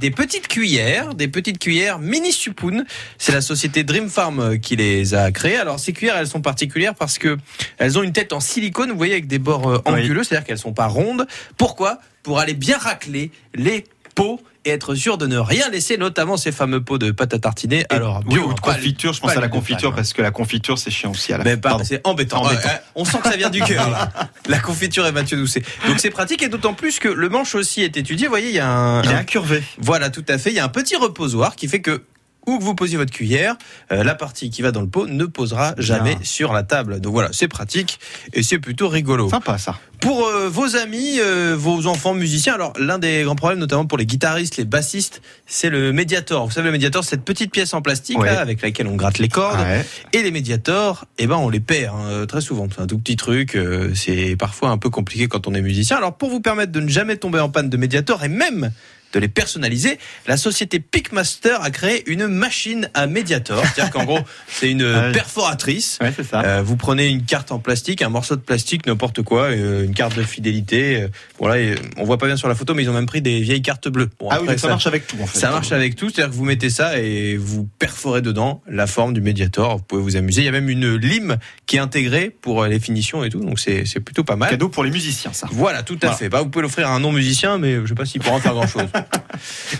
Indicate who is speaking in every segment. Speaker 1: des petites cuillères, des petites cuillères mini supounes. C'est la société Dream Farm euh, qui les a créées. Alors ces cuillères, elles sont particulières parce que elles ont une tête en silicone, vous voyez, avec des bords euh,
Speaker 2: Oui.
Speaker 1: anguleux, c'est-à-dire qu'elles sont pas rondes. Pourquoi Pour aller bien racler les pots et être sûr de ne rien laisser, notamment ces fameux pots de pâte à tartiner. Alors,
Speaker 2: oui,
Speaker 1: bio,
Speaker 2: ou de
Speaker 1: hein, pas-
Speaker 2: confiture, je pense
Speaker 1: pas
Speaker 2: à la
Speaker 1: les deux
Speaker 2: confiture
Speaker 1: pages,
Speaker 2: parce que la confiture c'est chiant aussi à la
Speaker 1: mais
Speaker 2: fin.
Speaker 1: pas,
Speaker 2: Pardon.
Speaker 1: c'est embêtant.
Speaker 2: Embêtant.
Speaker 1: Ouais, ouais, on sent que ça vient du cœur. là. La confiture et Mathieu Doucet. Donc c'est pratique et d'autant plus que le manche aussi est étudié. Vous voyez, il y a un,
Speaker 2: Il est
Speaker 1: un-
Speaker 2: incurvé.
Speaker 1: voilà tout à fait. Il y a un petit reposoir qui fait que où que vous posiez votre cuillère, euh, la partie qui va dans le pot ne posera jamais sur la table. Donc voilà, c'est pratique et c'est plutôt rigolo.
Speaker 2: Sympa ça.
Speaker 1: Pour euh, vos amis, euh, vos enfants musiciens, alors l'un des grands problèmes, notamment pour les guitaristes, les bassistes, c'est le médiator. Vous savez, le médiator, c'est cette petite pièce en plastique
Speaker 2: Ouais.
Speaker 1: là, avec laquelle on gratte les cordes.
Speaker 2: Ouais.
Speaker 1: Et les médiators, eh ben on les perd hein, très souvent. C'est un tout petit truc, euh, c'est parfois un peu compliqué quand on est musicien. Alors pour vous permettre de ne jamais tomber en panne de médiators et même de les personnaliser, la société Pickmaster a créé une machine à médiator. C'est-à-dire qu'en gros, c'est une
Speaker 2: Ah oui.
Speaker 1: perforatrice.
Speaker 2: Ouais, c'est ça.
Speaker 1: Euh, vous prenez une carte en plastique, un morceau de plastique, n'importe quoi, euh, une carte de fidélité. euh, voilà, et on voit pas bien sur la photo, mais ils ont même pris des vieilles cartes bleues. Bon,
Speaker 2: ah oui,
Speaker 1: après,
Speaker 2: donc ça marche avec tout en fait.
Speaker 1: ça marche avec tout, c'est-à-dire que vous mettez ça et vous perforez dedans la forme du médiator, vous pouvez vous amuser. Il y a même une lime qui est intégrée pour euh, les finitions et tout, donc c'est c'est plutôt pas mal.
Speaker 2: Cadeau pour les musiciens ça.
Speaker 1: Voilà, tout à
Speaker 2: Voilà.
Speaker 1: fait. Bah, vous pouvez l'offrir à un non-musicien, mais je sais pas s'il pourra en faire grand-chose.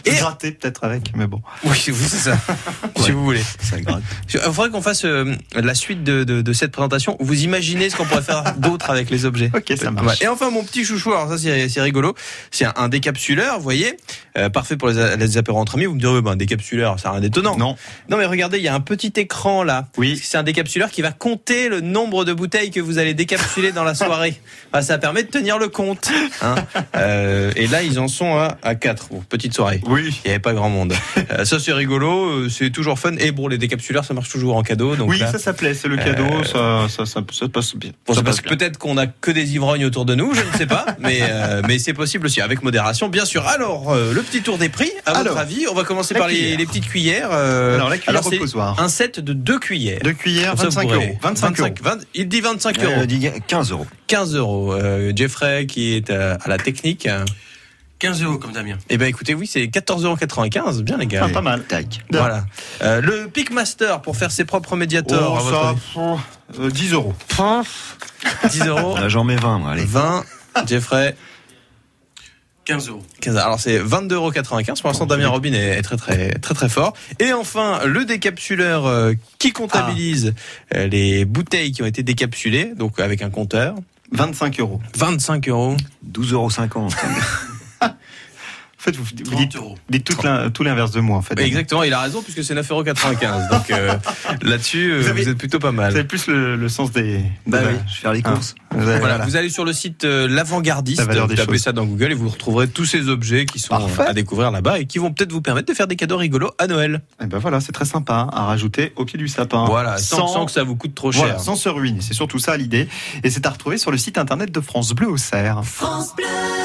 Speaker 1: Et-
Speaker 2: Et gratter peut-être avec, mais bon.
Speaker 1: oui, c'est vous, c'est ça, si
Speaker 3: Ouais.
Speaker 1: vous voulez.
Speaker 3: Ça gratte.
Speaker 1: Il faudrait qu'on fasse euh, la suite de, de- de cette présentation. Vous imaginez ce qu'on pourrait faire d'autre avec les objets
Speaker 2: Ok, ça marche.
Speaker 1: Et enfin, mon petit chouchou, alors ça c'est c'est rigolo, c'est un, un décapsuleur, vous vovoyez, euh, parfait pour les, a- les apéros entre amis. Vous me direz, ben, un décapsuleur, ça n'a rien d'étonnant.
Speaker 2: Non.
Speaker 1: Non mais regardez, il y a un petit écran là.
Speaker 2: Oui.
Speaker 1: C'est un décapsuleur qui va compter le nombre de bouteilles que vous allez décapsuler dans la soirée. Enfin, ça permet de tenir le compte. hein. Euh, et là, ils en sont à, à 4. petite soirée.
Speaker 2: Oui.
Speaker 1: Il n'y avait pas grand monde. Euh, ça, c'est rigolo. euh, C'est toujours fun. Et bon, les décapsuleurs, ça marche toujours en cadeau. Donc
Speaker 2: oui,
Speaker 1: là, euh,
Speaker 2: ça s'appelait, c'est le cadeau, ça, ça, ça, ça passe bien.
Speaker 1: Bon,
Speaker 2: ça
Speaker 1: c'est parce
Speaker 2: passe
Speaker 1: que
Speaker 2: bien.
Speaker 1: peut-être qu'on a que des ivrognes autour de nous, je ne sais pas, mais euh, mais c'est possible aussi avec modération, bien sûr. Alors euh, le petit tour des prix. À
Speaker 2: Alors,
Speaker 1: votre avis, on va commencer
Speaker 2: la
Speaker 1: par les,
Speaker 2: cuillère.
Speaker 1: les petites cuillères. euh,
Speaker 2: Alors la cuillère
Speaker 1: c'est
Speaker 2: reposoir.
Speaker 1: un set de deux cuillères.
Speaker 2: Deux cuillères,
Speaker 1: Comme ça,
Speaker 2: 25
Speaker 1: vous pourrez-
Speaker 2: euros. 25 euros.
Speaker 1: 20 il dit 25
Speaker 3: Euh,
Speaker 1: euros.
Speaker 3: dis- 15 euros.
Speaker 1: 15 euros. Euh, Jeffrey qui est euh, à, à la technique.
Speaker 4: 15 euros comme Damien.
Speaker 1: Eh ben écoutez, oui, c'est 14,95 euros. Bien les gars.
Speaker 2: Ah, pas mal.
Speaker 3: Tac.
Speaker 1: Voilà. Euh, le Pickmaster pour faire ses propres médiateurs.
Speaker 2: Oh,
Speaker 1: à votre
Speaker 2: ça,
Speaker 1: avis.
Speaker 2: pff, euh, 10 euros.
Speaker 1: 10 euros.
Speaker 3: Ah, J'en mets 20, moi, allez.
Speaker 1: 20. Jeffrey.
Speaker 4: 15 euros.
Speaker 1: 15. Alors c'est 22,95€. Pour l'instant, Damien Robin est est très très très très fort. Et enfin, le décapsuleur euh, qui comptabilise
Speaker 2: Ah.
Speaker 1: euh, les bouteilles qui ont été décapsulées, donc avec un compteur.
Speaker 2: 25 euros.
Speaker 1: 25 euros.
Speaker 3: 12,50 euros.
Speaker 2: En fait, vous, vous
Speaker 4: 30
Speaker 2: dites,
Speaker 4: euros.
Speaker 2: dites tout l'in- tout l'inverse de moi, en
Speaker 3: Bah,
Speaker 2: fait.
Speaker 1: Exactement, il a raison puisque c'est 9,95€. donc euh, là-dessus, euh,
Speaker 2: Vous
Speaker 1: vous,
Speaker 2: avez-
Speaker 1: êtes plutôt pas
Speaker 2: Vous
Speaker 1: mal.
Speaker 2: avez plus le, le sens des.
Speaker 3: Bah
Speaker 2: des-
Speaker 3: oui, je vais faire les
Speaker 2: Ah.
Speaker 3: courses.
Speaker 2: Vous avez-
Speaker 1: Voilà,
Speaker 2: voilà.
Speaker 1: vous allez sur le site euh, l'avant-gardiste,
Speaker 2: La valeur
Speaker 1: vous
Speaker 2: des
Speaker 1: tapez
Speaker 2: choses.
Speaker 1: ça dans Google et vous retrouverez tous ces objets qui sont
Speaker 2: Parfait.
Speaker 1: à découvrir là-bas et qui vont peut-être vous permettre de faire des cadeaux rigolos à Noël.
Speaker 2: Et ben voilà, c'est très sympa hein, à rajouter au pied du sapin.
Speaker 1: Voilà, sans, sans que ça vous coûte trop cher.
Speaker 2: Ah. Voilà, sans se ruiner, c'est surtout ça l'idée. Et c'est à retrouver sur le site internet de France Bleu au Cerf.